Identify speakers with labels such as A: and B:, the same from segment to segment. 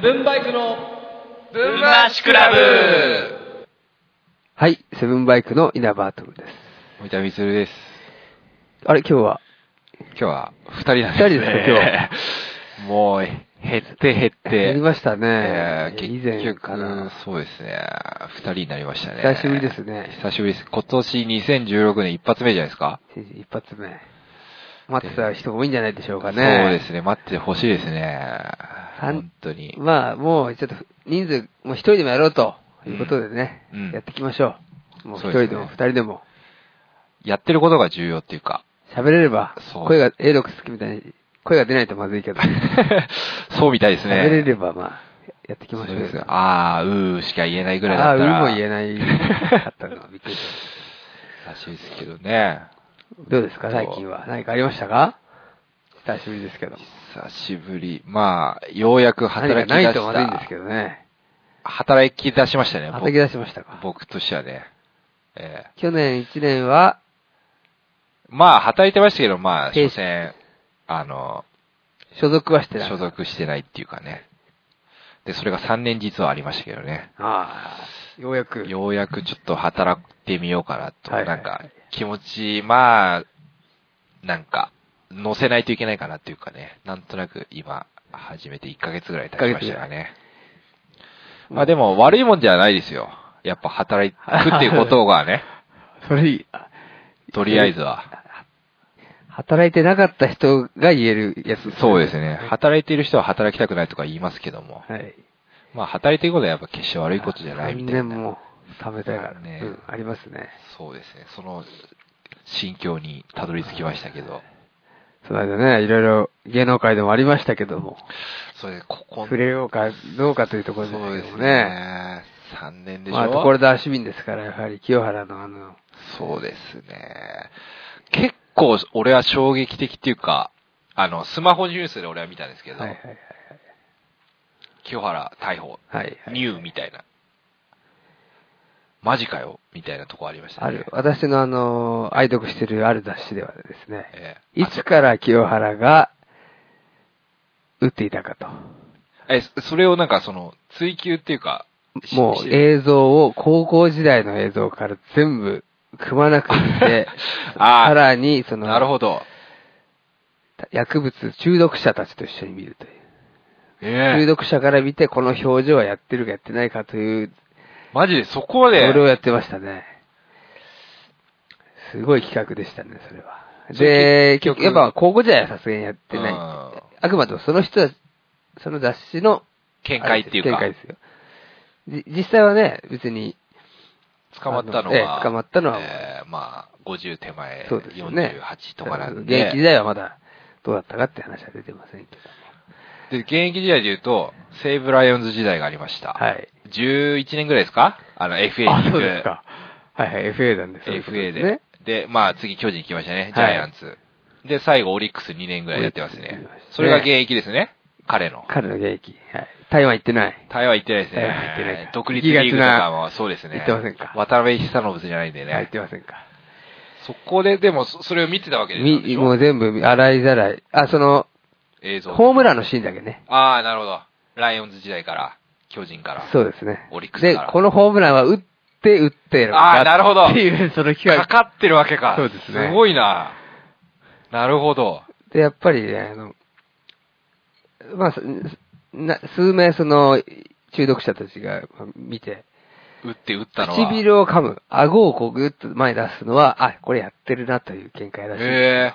A: ブンバイクの
B: ブンバーシクラブ
C: はい、セブンバイクの稲葉トムです。
B: 森田光です。
C: あれ、今日は、
B: 今日は二人なんですね。
C: 二人ですね
B: 今日。 もう、減って減って。
C: やりましたね
B: え。ー
C: 以
B: 結
C: 前
B: 局
C: かな。
B: そうですね。二人になりましたね。
C: 久しぶりですね。
B: 久しぶりです。今年2016年一発目じゃないですか。
C: 一発目。待ってた人も多いんじゃないでしょうかね。
B: そうですね。待ってほしいですね。
C: さん
B: 本当に。
C: まあ、もう、ちょっと、人数、もう一人でもやろうということでね、
B: うんうん
C: やっていきましょう。もう一
B: そう
C: 人
B: ですね
C: でも二人でも、
B: やってることが重要っていうか。
C: 喋れれば、
B: そう
C: 声が、A6 好きみたいに、声が出ないとまずいけど、喋
B: そうみたいですね。
C: れれば、まあ、やっていき
B: そ
C: ま
B: う
C: しょう
B: ですね
C: よ。
B: あー、うーしか言えないぐらいだったら。
C: ああ、うも言えないかったのはびっくりし
B: らしいですけどね。
C: ました。どうですか、最近は。何かありましたか久しぶりですけども。
B: 久しぶり。まあ、ようやく働
C: 何
B: き
C: か
B: 出
C: ない
B: し
C: とまずいんで
B: た
C: す。けどね。
B: 働き出しましたね、
C: 叩き出しましたか。
B: 僕僕としてはね。ええ
C: 去年1年は、
B: まあ、働いてましたけど、まあ、
C: 弊
B: 所
C: 社
B: 詮、あの、
C: 所属はしてない。
B: 所属してないっていうかね。で、それが3年実はありましたけどね。
C: ああ、ようやく。
B: ようやくちょっと働いてみようかなと。
C: はいはい
B: なんか、気持ち、まあ、なんか、乗せないといけないかなっていうかね。なんとなく今、始めて1ヶ月ぐらい経ちましたがね。まあでも、悪いもんじゃないですよ。やっぱ働くっていうことがね、
C: それいい、あ
B: とりあえずは。
C: 働いてなかった人が言えるやつ、
B: そうですね。働いている人は働きたくないとか言いますけども。
C: はい。
B: まあ、働いていることはやっぱ決して悪いことじゃないみたい
C: 3年
B: な。
C: も貯めたから
B: ね
C: ね、うん、ありますね。
B: そうですね。その、心境にたどり着きましたけど。
C: その間ね、いろいろ芸能界でもありましたけども、
B: それで、ここ
C: 触れようかどうかというところです
B: そう
C: け
B: で
C: ど
B: す
C: もね。
B: ね。3年でしょ、
C: まあ、所沢市民ですから、やはり清原のあの、
B: そうですね。結構、俺は衝撃的っていうか、あの、スマホニュースで俺は見たんですけど、
C: はいはいはい。
B: 清原逮捕、
C: はい、はい。
B: ニューみたいな。マジかよみたいなとこありましたね。
C: ある、私のあの、愛読してるある雑誌ではですね、
B: ええ
C: いつから清原が打っていたかと。
B: え、そそれをなんかその、追求っていうか、し
C: も
B: し
C: う
B: て、
C: 映像を、高校時代の映像から全部、くまなく見てさ
B: あー
C: らに、その、
B: なるほど。
C: 薬物中毒者たちと一緒に見るという。
B: え
C: 中
B: え
C: 毒者から見て、この表情はやってるかやってないかという、
B: マジでそこま
C: そ
B: で、
C: れをやってましたね。すごい企画でしたね、それは。
B: それ
C: で、
B: 結局
C: 結局、やっぱ高校時代はさすがにやってない。
B: うん
C: あくまでもその人は、その雑誌の
B: 見解っていうか
C: 見解ですよ。じ実際はね、別に、
B: 捕まったのは、
C: ええ捕まったのは
B: ええまあ、50手前、
C: そうですよね。
B: 48とかなん
C: 現
B: で、
C: 役時代はまだどうだったかって話は出てませんけ
B: で、
C: ど。
B: 現役時代で言うと、西武ライオンズ時代がありました。
C: はい。
B: 11年ぐらいですかあの、FA に行く。
C: あ、そうですか。はいはい、FA なんで、そういうこと
B: FA
C: す
B: で。
C: ね。
B: で、まあ、次巨人行きましたね。ジ
C: はい
B: ャイアンツ。で、最後オリックス2年ぐらいやってます
C: オリックス
B: ね
C: 行きました。ね
B: それが現役ですね。彼の。
C: 彼の現役。はい。台湾行ってない。
B: 台湾行ってないですね。
C: 台湾行ってないか
B: 独立リーグとかも、そうですね。
C: 行ってませんか
B: 渡辺久信じゃないんでね。
C: 入ってませんか。
B: そこで、でも、そそれを見てたわけです
C: み、
B: よ。
C: もう全部洗いざらい。あ、その、
B: 映像。
C: ホームランのシーンだけね。
B: ああ、なるほど。ライオンズ時代から、巨人から。
C: そうですね。
B: オリックス
C: で
B: から、
C: このホームランは打って打って
B: あーなるほど
C: っていう、その機
B: か
C: 会。
B: かってるわけか。
C: そうですね
B: すごいな。なるほど。
C: で、やっぱりね、あの、まあ、すな数名その、中毒者たちがまあ見て、
B: 打って打ったのは。
C: 唇を噛む、顎をこうグッと前に出すのは、あ、これやってるなという見解らしい。
B: ええ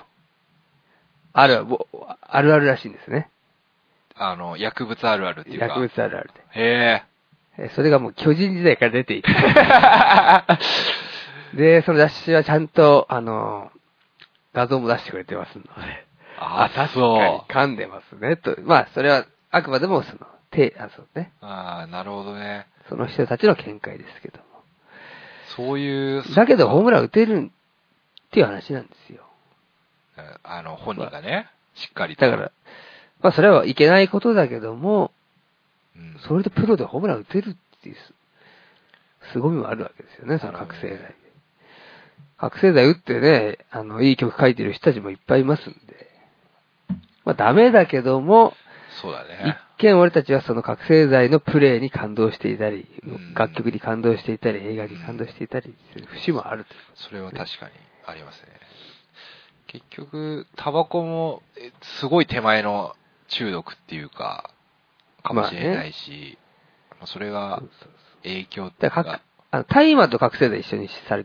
C: ある、ぼあるあるらしいんですね。
B: あの、薬物あるあるっていうか。
C: 薬物あるあるで
B: へえ。
C: え。それがもう巨人時代から出ていて。で、その雑誌はちゃんと、あの、画像も出してくれてますので。
B: あ
C: 確かに
B: そう。
C: 噛んでますね。と、まあ、それは、あくまでもその、手、あ、そうね。
B: ああ、なるほどね。
C: その人たちの見解ですけども。
B: そういう。
C: だけど、ホー
B: ム
C: ムラン打てるっていう話なんですよ。
B: あの、本人がね、しっかりと。
C: だから、まあ、それはいけないことだけども、
B: うん、
C: それでプロでホームラン打てるっていうす、凄みもあるわけですよね、その覚醒剤で。覚醒剤打ってね、あの、いい曲書いてる人たちもいっぱいいますんで。まあ、ダメだけども、
B: そうだね。
C: 一見俺たちはその覚醒剤のプレイに感動していたり
B: うん、
C: 楽曲に感動していたり、映画に感動していたりする節もあると。
B: それは確かにありますね。結局、タバコも、えすごい手前の中毒っていうか、かもしれないし、それが
C: そうそうそう
B: 影響ってい
C: だ
B: う
C: か
B: か
C: らか、あの、大麻と覚醒剤一緒にされ、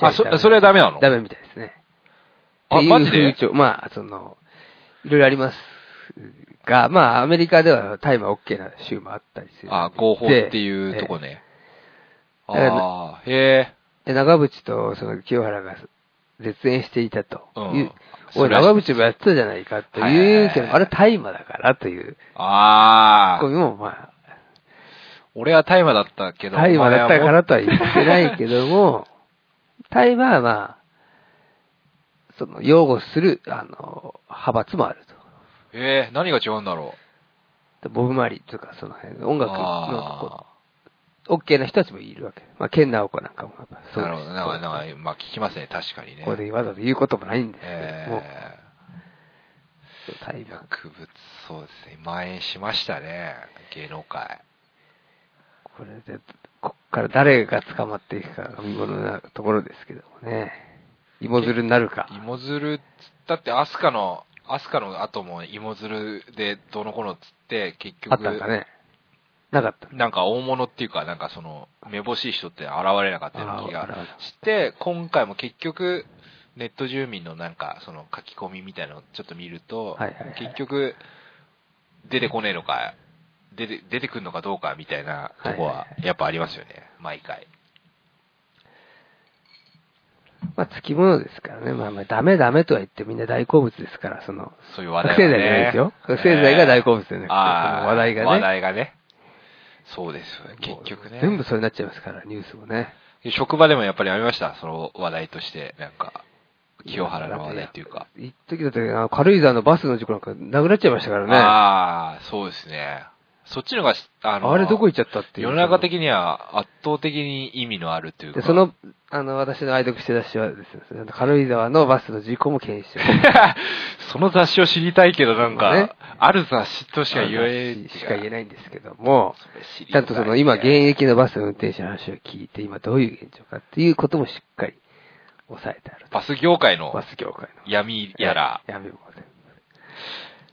B: あそそれはダメなの
C: ダメみたいですね。
B: あ
C: っていう
B: マジで
C: 風潮まあ、その、いろいろありますが、まあ、アメリカでは大麻 OK な州もあったりする。
B: あ合法っていうとこ
C: ね。
B: ね。
C: ええ
B: ああ、へえ。
C: で長渕とその清原が絶縁していたというう。
B: んそ
C: おい、
B: れは
C: 長渕もやってたじゃないかというけど、
B: はい
C: あれ大麻だからという、
B: あ
C: こ
B: あ、
C: ミもまあ、
B: 俺は大麻だったけど、
C: 大麻だったか
B: お前はも
C: らとは言ってないけども、大麻はまあ、その、擁護する、あの、派閥もある
B: ええ何が違うんだろ
C: と。ボブ・マーリーとか、その辺、
B: う。
C: 音楽の
B: あ
C: こう、OK な人たちもいるわけ。まあ、ケンナオコなんかもやっぱ
B: あ、
C: そう
B: な
C: で
B: る
C: す
B: ほど。なんか、なんか、まあ聞きますね、確かにね。
C: ここでわざわざ言うこともないんですけども、
B: え
C: そう大
B: え
C: 麻。
B: 薬物、そうですね、蔓延しましたね、芸能界。
C: これで、こっから誰が捕まっていくかが見ものなところですけどもね。芋づるになるか。
B: 芋づるっつったって、アスカの、アスカの後も芋づるでどうのこうのっつって、結局、
C: あったんかね。なかった。
B: なんか大物っていうか、なんかその、めぼしい人って現れなかったような気
C: あ
B: が
C: ら
B: して、今回も結局、ネット住民のなんか、その書き込みみたいなのをちょっと見ると、
C: はいはいはい
B: 結局、出てこねえのか、出て、出てくんのかどうかみたいなとこ
C: はい
B: は
C: はい、
B: やっぱありますよね、毎回。
C: まあ、つきものですからね。まあ、まあ、ダメダメとは言ってみんな大好物ですから、その、
B: そういう話
C: 覚
B: 題
C: 醒
B: がね。
C: 剤じゃないですよ。覚醒剤が大好物じゃなくて、その
B: ああ、
C: 話題がね。
B: 話題がね。そうですよね、結局ね。
C: 全部それになっちゃいますから、ニュースもね。
B: 職場でもやっぱりありました、その話題として、なんか、清原の話題っていうか。
C: 一時だって、あの軽井沢のバスの事故なんかなくなっちゃいましたからね。あ
B: ああ、そうですね。そっちのがし、あの、
C: れどこ行っちゃったっていう。
B: 世の中的には圧倒的に意味のあるというか。
C: で、その、あの、私の愛読して出しはですね、軽井沢のバスの事故も検証。
B: その雑誌を知りたいけど、なんか、
C: ね
B: ある雑誌としか言え
C: ししか言え
B: ない。
C: ないんですけども、
B: それ知り
C: ち
B: た
C: ゃ
B: い
C: んとその今現役のバスの運転手の話を聞いて、今どういう現状かっていうこともしっかり押さえてある。
B: バス業界の
C: バス業界の。
B: 闇やら、
C: やめようかね。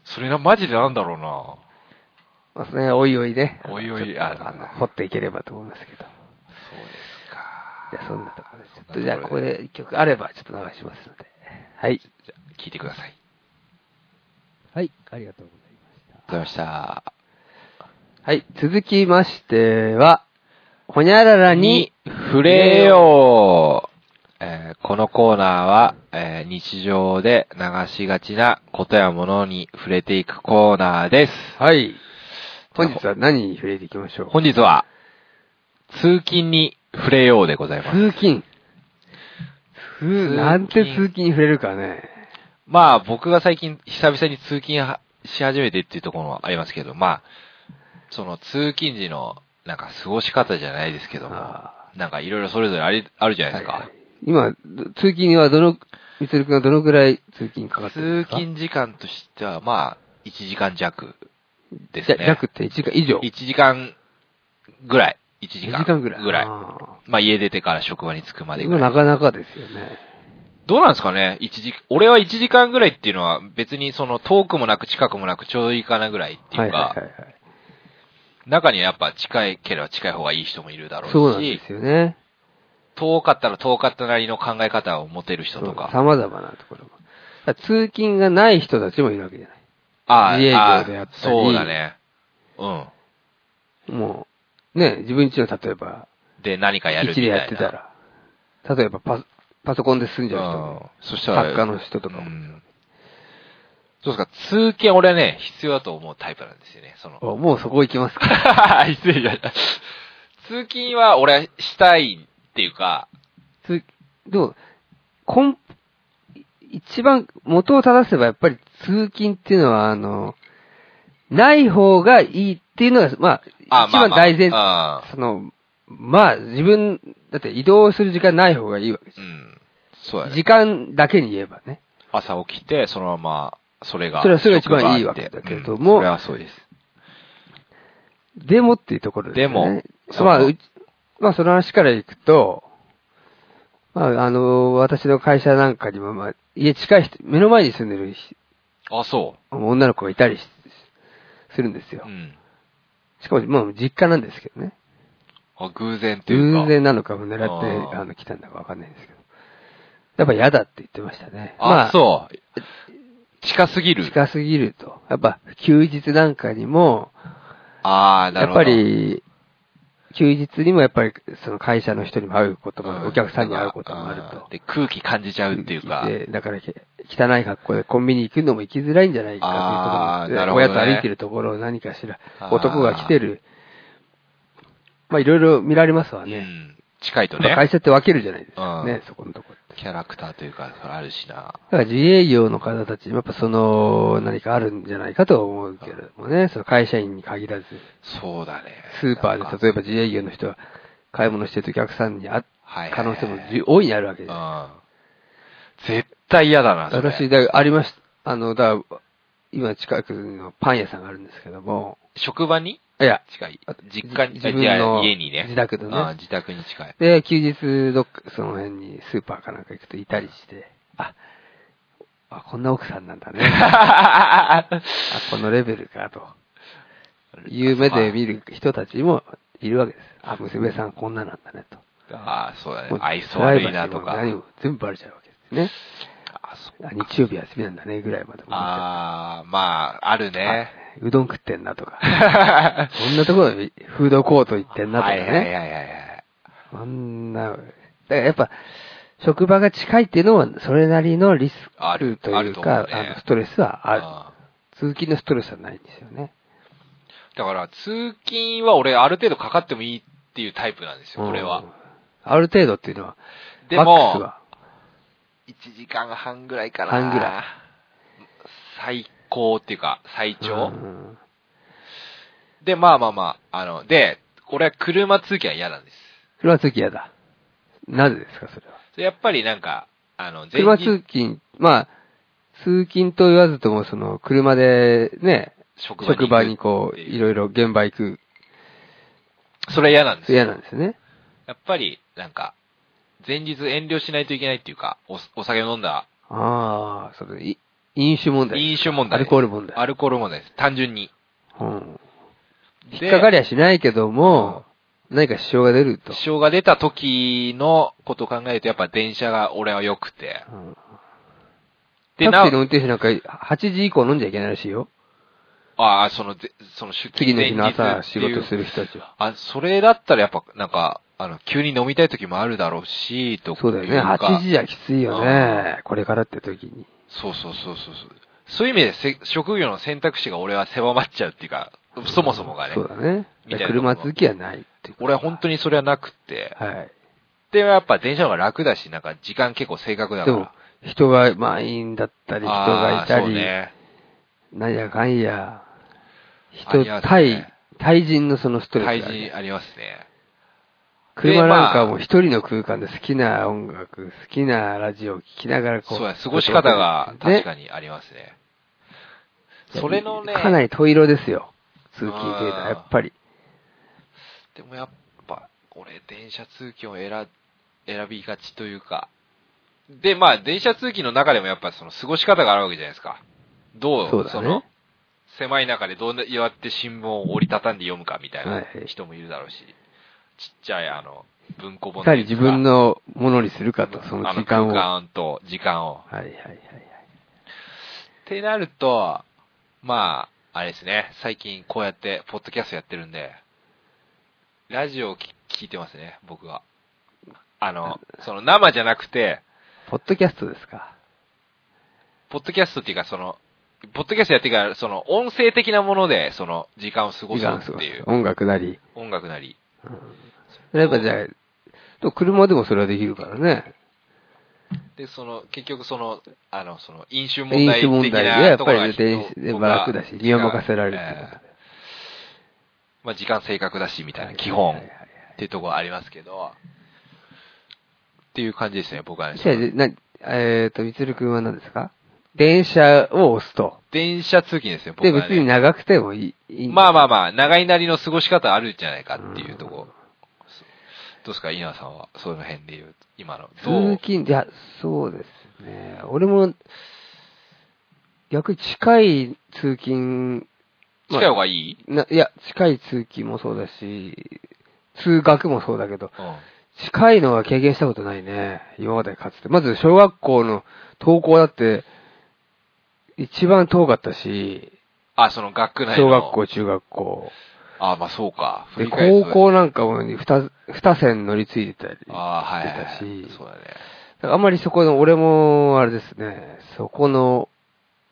B: それな、マジでなんだろう
C: まあ、その辺はおいおいね。
B: おいおい
C: ちょっと
B: あ
C: あの、掘っていければと思いますけど。
B: な。そうですか。
C: じゃあ、そんなところで、ちょっ
B: そ
C: と、
B: ん
C: じゃ
B: なと
C: あ、こ
B: こ
C: こ
B: ろで
C: で一曲あれば、ちょっと流しますので。はい。
B: じゃあ聞いてください。
C: はい、ありがとうございまし
B: ありがとうございました。
C: た。はい、続きましては、ほにゃららに
B: に、触れよう、えーこのコーナーは、えー日常で流しがちなことやものに触れていくコーナーです。
C: はい。本日は何に触れていきましょう
B: 本日は、通勤に触れようでございます。
C: 通勤。通、なんて通勤に触れるかね。
B: まあ僕が最近久々に通勤はし始めてっていうところもありますけど、まあ、その通勤時のなんか過ごし方じゃないですけども、
C: あ
B: なんかいろいろそれぞれありあるじゃないですか。
C: はいはい今、ど通勤はどの、みつるくんはどのくらい通勤かかってるんで
B: 通
C: すか
B: 勤時間としては、まあ、1時間弱ですね。
C: じゃ弱って1時間以上。
B: 1時間ぐらい。1時間。
C: 二時間ぐらい。
B: ぐらい。
C: あ
B: まあ家出てから職場に着くま
C: ー
B: で
C: で
B: ぐ
C: も
B: ら。
C: ないかなかですよね。
B: どうなんですかね一時、俺は1時間ぐらいっていうのは別にその遠くもなく近くもなくちょうどいいかなぐらいって
C: はいいう
B: か、
C: はいはいはい。
B: 中にはやっぱ近いければ近い方がいい人もいるだろうし、
C: そうなんですよね。
B: 遠かったら遠かったなりの考え方を持てる人と
C: そ
B: か。
C: う様々なところも。だから通勤がない人たちもいるわけじゃない。
B: ああ
C: 自営業で
B: あ
C: や
B: あ
C: ったり
B: そうだね。うん。
C: もう、ね、自分ちの例えば、
B: で、何かやるみた
C: 一で
B: いな。
C: やってたら、例えばパソパソコンで済んじゃう人
B: うん
C: も、
B: そしたら、
C: 作家の人とか
B: う
C: も
B: んそうですか、通勤俺はね、必要だと思うタイプなんですよね、その。
C: おもうそこ行きますか。
B: 失礼しました 通勤は俺はしたいっていうか、
C: つでも、こん、一番元を正せばやっぱり通勤っていうのは、あの、ない方がいいっていうのが、まあ、一
B: ま
C: 番大前提。
B: あ
C: その、まあ、自分、だって移動する時間ない方がいいわけ
B: う
C: じ
B: ん。
C: ゃん。
B: うんそうだね
C: 時。間だけに言えばね。
B: 朝起きて、そのまま、それが。
C: それはそれが一番いいわけ
B: 職場あって
C: だけども
B: うんそれはそうです。
C: でもっていうところですよ
B: で
C: ね。
B: も
C: まあ、
B: そう
C: うちまあ、その話からいくと、まあ、あの、私の会社なんかにも、まあ、家近い人、目の前に住んでる人
B: あ、そ
C: 女の子がいたりしするんですよ
B: う。う。ん。
C: しかも、まあ、実家なんですけどね。
B: あ、偶然っていうか。
C: 偶然なのかも狙って、
B: あー
C: あの、来たんだかわかんないんですけど。やっぱ嫌だって言ってましたね。
B: あ、
C: まあ、
B: そう。近すぎる。
C: 近すぎると。やっぱ、休日なんかにも、
B: ああ、な
C: や
B: る
C: っ
B: ほ
C: ぱ
B: ど。
C: り、休日にもやっぱり、その会社の人にも会うこともある、
B: うん
C: お客さんに会うこともある
B: うん
C: と。
B: で、空気感じちゃうっていうか。
C: でだから、け汚い格好でコンビニ行くのも行きづらいんじゃないかというところで
B: あーなるほどね
C: 親と歩いてるところを何かしら
B: あ、ー
C: 男が来てる。まあ、いろいろ見られますわ
B: う
C: ね。
B: ん。近いと
C: まあ
B: ね。
C: 会社って分けるじゃないですか
B: う
C: ね
B: ん、
C: そこのとこって。
B: キャラクターというか、それあるしな。
C: だから自営業の方たち、やっぱその、何かあるんじゃないかと思うけれどもね、その会社員に限らず。
B: そうだね。
C: スーパー
B: え
C: で、例えば自営業の人が買い物してるとお客さんに会う
B: はい
C: 可能性もじ大いにあるわけです。
B: ば。うん。絶対嫌だな、それ
C: 私、だからありました。あの、だから今近くのパン屋さんがあるんですけども、
B: 職場に
C: いや、
B: 近い。実家に、
C: 自
B: あ
C: 自分の
B: いや家にね。
C: 自宅のね
B: あ自宅に 近い。
C: で、休日どっかその辺にスーパーかなんか行くといたりして、あ、あこんな奥さんな んだね。あ、このレベルかと。いう目で見る人たちもいるわけです。あ、娘さんこんななんだねと。
B: ああ、そうだ
C: も
B: ね
C: う。
B: 愛想悪いなと
C: プ
B: か。
C: ライバシーも何も全部バレちゃうわけですね。
B: あそう
C: あ日曜日は休みなんだね、ぐらいまで思っちゃ
B: ああ、まあ、ある
C: う
B: ね。
C: あうどん食ってんなとか。そんなところにフードコート行ってんなとか
B: はいはいはい
C: ね。
B: はいはい。
C: そんな、だからやっぱ、職場が近いっていうのは、それなりのリス
B: あ
C: ク
B: る
C: と
B: あ
C: い
B: る
C: う
B: と思う
C: か、
B: ね
C: あの、ストレスはある。
B: あ
C: 通勤のストレスはないんですよね。
B: だから、通勤は俺、ある程度かかってもいいっていうタイプなんですよ、俺
C: う
B: は
C: ん。。ある程度っていうのは、
B: で
C: マックス
B: も、
C: は。
B: 1時間半ぐらいかな。
C: 半ぐらい
B: 最高っていうか、最長
C: う。ん
B: で、まあまあまあ、あの、で、俺は車通勤は嫌なんです。
C: それは通勤嫌だ。なぜですか、それは。
B: それやっぱりなんか、あの、
C: 車通勤、まあ、通勤と言わずとも、その、車でね、
B: 職
C: 職場に
B: 行く
C: こう、いろいろ現場行く、
B: それ嫌なんですよ
C: 嫌なんですよね。
B: やっぱり、なんか、前日遠慮しないといけないっていうか、おお酒を飲んだ
C: ああ、それ、い飲酒問題。
B: 飲酒問題
C: アルコール問題。
B: アルコール問題です。単純に。
C: うん。
B: で
C: 引っかかりはしないけども、何か支障が出ると。
B: 支障が出た時のことを考えると、やっぱ電車が俺は良くて。
C: うん
B: で、
C: タク
B: な
C: シーの運転手なんか、8時以降飲んじゃいけないらしいよ。
B: ああ、その、ぜその出勤
C: 次の日の朝、
B: 前日って
C: 仕
B: いう
C: 事する人たちは。
B: あ、それだったらやっぱ、なんか、あの、急に飲みたい時もあるだろうし、とか。
C: そうだよね。8時じゃきついよね
B: う。
C: これからって時に。
B: そうそうそうそうそう。そういう意味でせ、職業の選択肢が俺は狭まっちゃうっていうか、そもそもがね。
C: そうだね。
B: みたいなところ
C: 車好きはないっていうこと
B: 俺は本当にそれはなくって。
C: はい。
B: で、やっぱ電車の方が楽だし、なんか時間結構正確だか
C: で
B: ら。
C: も、人が満員だったり、人がいた
B: あーそう
C: り、
B: ね。
C: なんやかんや、
B: あ
C: 人
B: ります
C: 対
B: ね、
C: 対人のそのストレスがあ
B: 対
C: る。
B: 人ありますね。
C: 車なんかは
B: でま
C: も
B: あ
C: う一人の空間で好きな音楽、好きなラジオを聴きながらこう。
B: そうや、過ごし方が確か
C: に。
B: にありますね。それのね、
C: かなり問色ですよ。通勤というのは、やっぱり。
B: でもやっぱ、俺、電車通勤を選、選びがちというか。で、まあ、電車通勤の中でもやっぱその過ごし方があるわけじゃないですか。どう、
C: そうだね
B: の、狭い中でどうやって新聞を折りたたんで読むかみたい
C: は
B: ない人もいるだろうし、ちっちゃいあの、文庫
C: い
B: 本
C: かに自分
B: の
C: のものにするか
B: やつ
C: と
B: が、、
C: その
B: あ
C: 時間を。は
B: 空間と時間を。
C: いはいはいはい。
B: ってなると、まあ、あれですね、最近こうやって、ポッドキャストやってるんで、ラジオをき聞いてますね、僕は。あの、その生じゃなくて、
C: ポッドキャストですか。
B: ポッドキャストっていうか、その、ポッドキャストやってから、その、音声的なもので、その、時間を過ごす
C: 時間
B: っ
C: そう
B: ていう、
C: 音楽なり。
B: 音楽なり。
C: やっぱじゃあ、でも車でもそれはできるからね。
B: で、その、結局その、あの、その、飲酒問
C: 飲
B: 題
C: 酒問
B: 的
C: 題がや
B: な
C: っ
B: とこ
C: ぱ
B: ろが
C: り電子で
B: 人
C: まあ楽だし、身を任せられるっていう
B: え
C: こ
B: ーまあ、時間正確だし、みたいな、基本。っていうところありますけど、っていう感じですね、僕はね。
C: とで。じゃあ、な、えっと、みつるくんは何ですか電車を押すと。
B: 電車通勤ですよ、僕
C: で、
B: は、ね。
C: 別に長くてもいい。いい
B: まあまあ
C: あ。
B: まあ、長いなりの過ごし方あるんじゃないかっていうところ。どうですか、稲さんは、その辺で言う、今の。ど
C: 通
B: う
C: 勤、いや、そうですね。俺も、逆に近い通勤、
B: 近い方がいい、
C: ないや、近い通勤もそうだし、通学もそうだけど、
B: うん。
C: 近いのは経験したことないね。今までかつて。まず小学校の登校だって、一番遠かったし、
B: あ、その学内の。
C: 小学校、中学校。
B: あ、まあそうか。振
C: で、
B: り返る
C: 高
B: と
C: 校なんかも二、二線乗り継いでたり。
B: あーはいはいはい。
C: してたし
B: そうだね。
C: だからあんまりそこの、俺も、あれですね、そこの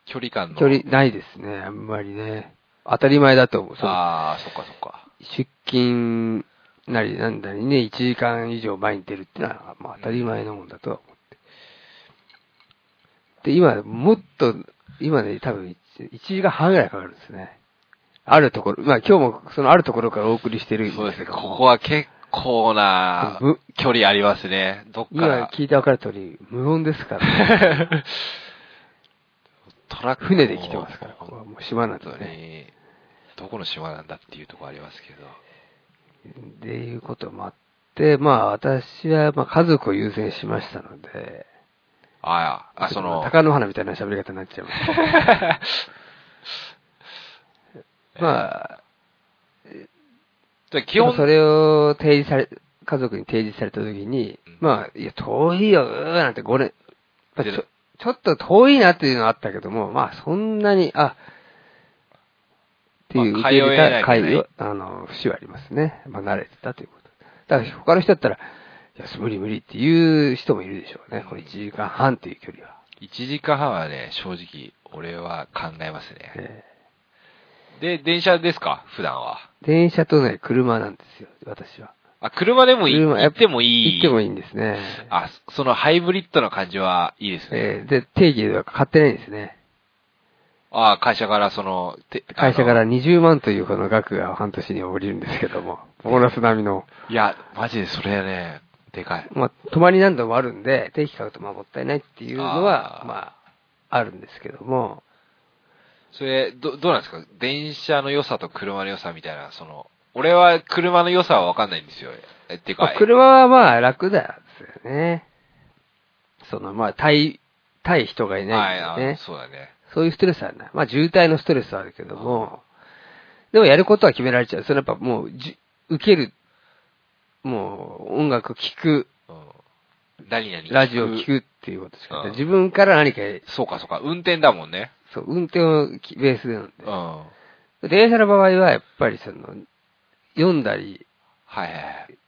B: 距離感の。
C: 距離ないですね、あんまりね。当たり前だと思う。その
B: ああ、そっかそっか。
C: 出勤なりなんだりね、1時間以上前に出るってのは、まあ当たり前のもんだとは思って。で、今、もっと、今ね、多分1時間半ぐらいかかるんですね。あるところ、まあ今日もそのあるところからお送りしてるん
B: そうです
C: け
B: ね。
C: ど
B: こ
C: も
B: こは結構な
C: む
B: 距離ありますね。どっか
C: 今
B: ら。
C: 聞いて分かる通り、無音ですから、ね、
B: トラックも
C: 船で来てますから、ここはもう島なんです
B: 本当
C: ね。
B: に、どこの島なんだっていうところありますけど。
C: っていうこともあって、まあ私はまあ家族を優先しましたので、
B: ああ、あ、その、
C: 鷹の花みたいな喋り方になっちゃいますけ ど。まあ、
B: で基本、
C: それを提示され、家族に提示された時に
B: うん、
C: まあ、いや、遠いよ、うーなんて5年、まあち
B: で
C: ょ、ちょっと遠いなっていうのはあったけども、まあそんなに、あ、っていう
B: まあ
C: 受け入れた
B: 通えない
C: 会を、あの、節はありますね。まあ慣れてたということ。だから他の人だったら、いや、無理無理っていう人もいるでしょうね。これ1時間半っていう距離は。
B: 1時間半はね、正直、俺は考えますね。
C: え
B: で、電車ですか普段は。
C: ー電車とね、車なんですよ、私は。
B: あ、車でもいい。
C: 車
B: 行
C: やっ
B: っ
C: ぱ
B: てもいい。
C: 行っても
B: いい。
C: いいんですね。
B: あ、そそのハイブリッドな感じはいいですね。
C: えーで、定義では買ってないんですね。
B: あ会社からその、て
C: 会社か。
B: あ
C: ら
B: の
C: 20万というこの額が半年に降りるんですけども、ボーナス並みの。
B: いや、マジでそれね、でかい。
C: まあ、泊まり何度もあるんで、定期買うとまあもったいないっていうのは、
B: あー
C: まあ、あるんですけども、
B: それ、ど、どうなんですか電車の良さと車の良さみたいな、その、俺は車の良さはわかんないんですよ。え、って
C: ま
B: か
C: あ、車はまあ楽だですよね。その、まあ、対、対人がいないん
B: は
C: で
B: い、
C: ね、
B: あそうだね。
C: そういうストレスはない。まあ、渋滞のストレスはあるけども、でもやることは決められちゃう。それやっぱもう、じ受ける、もう、音楽聴く、
B: うん。何々。
C: ラジオ聴くっていうことしか
B: う
C: ない。
B: ん
C: 自分から何か
B: そうかそうか、運転だもんね。
C: そう、運転をきベースなん
B: うん。は
C: で。電車の場合は、やっぱりその、読んだり、
B: いはいはい。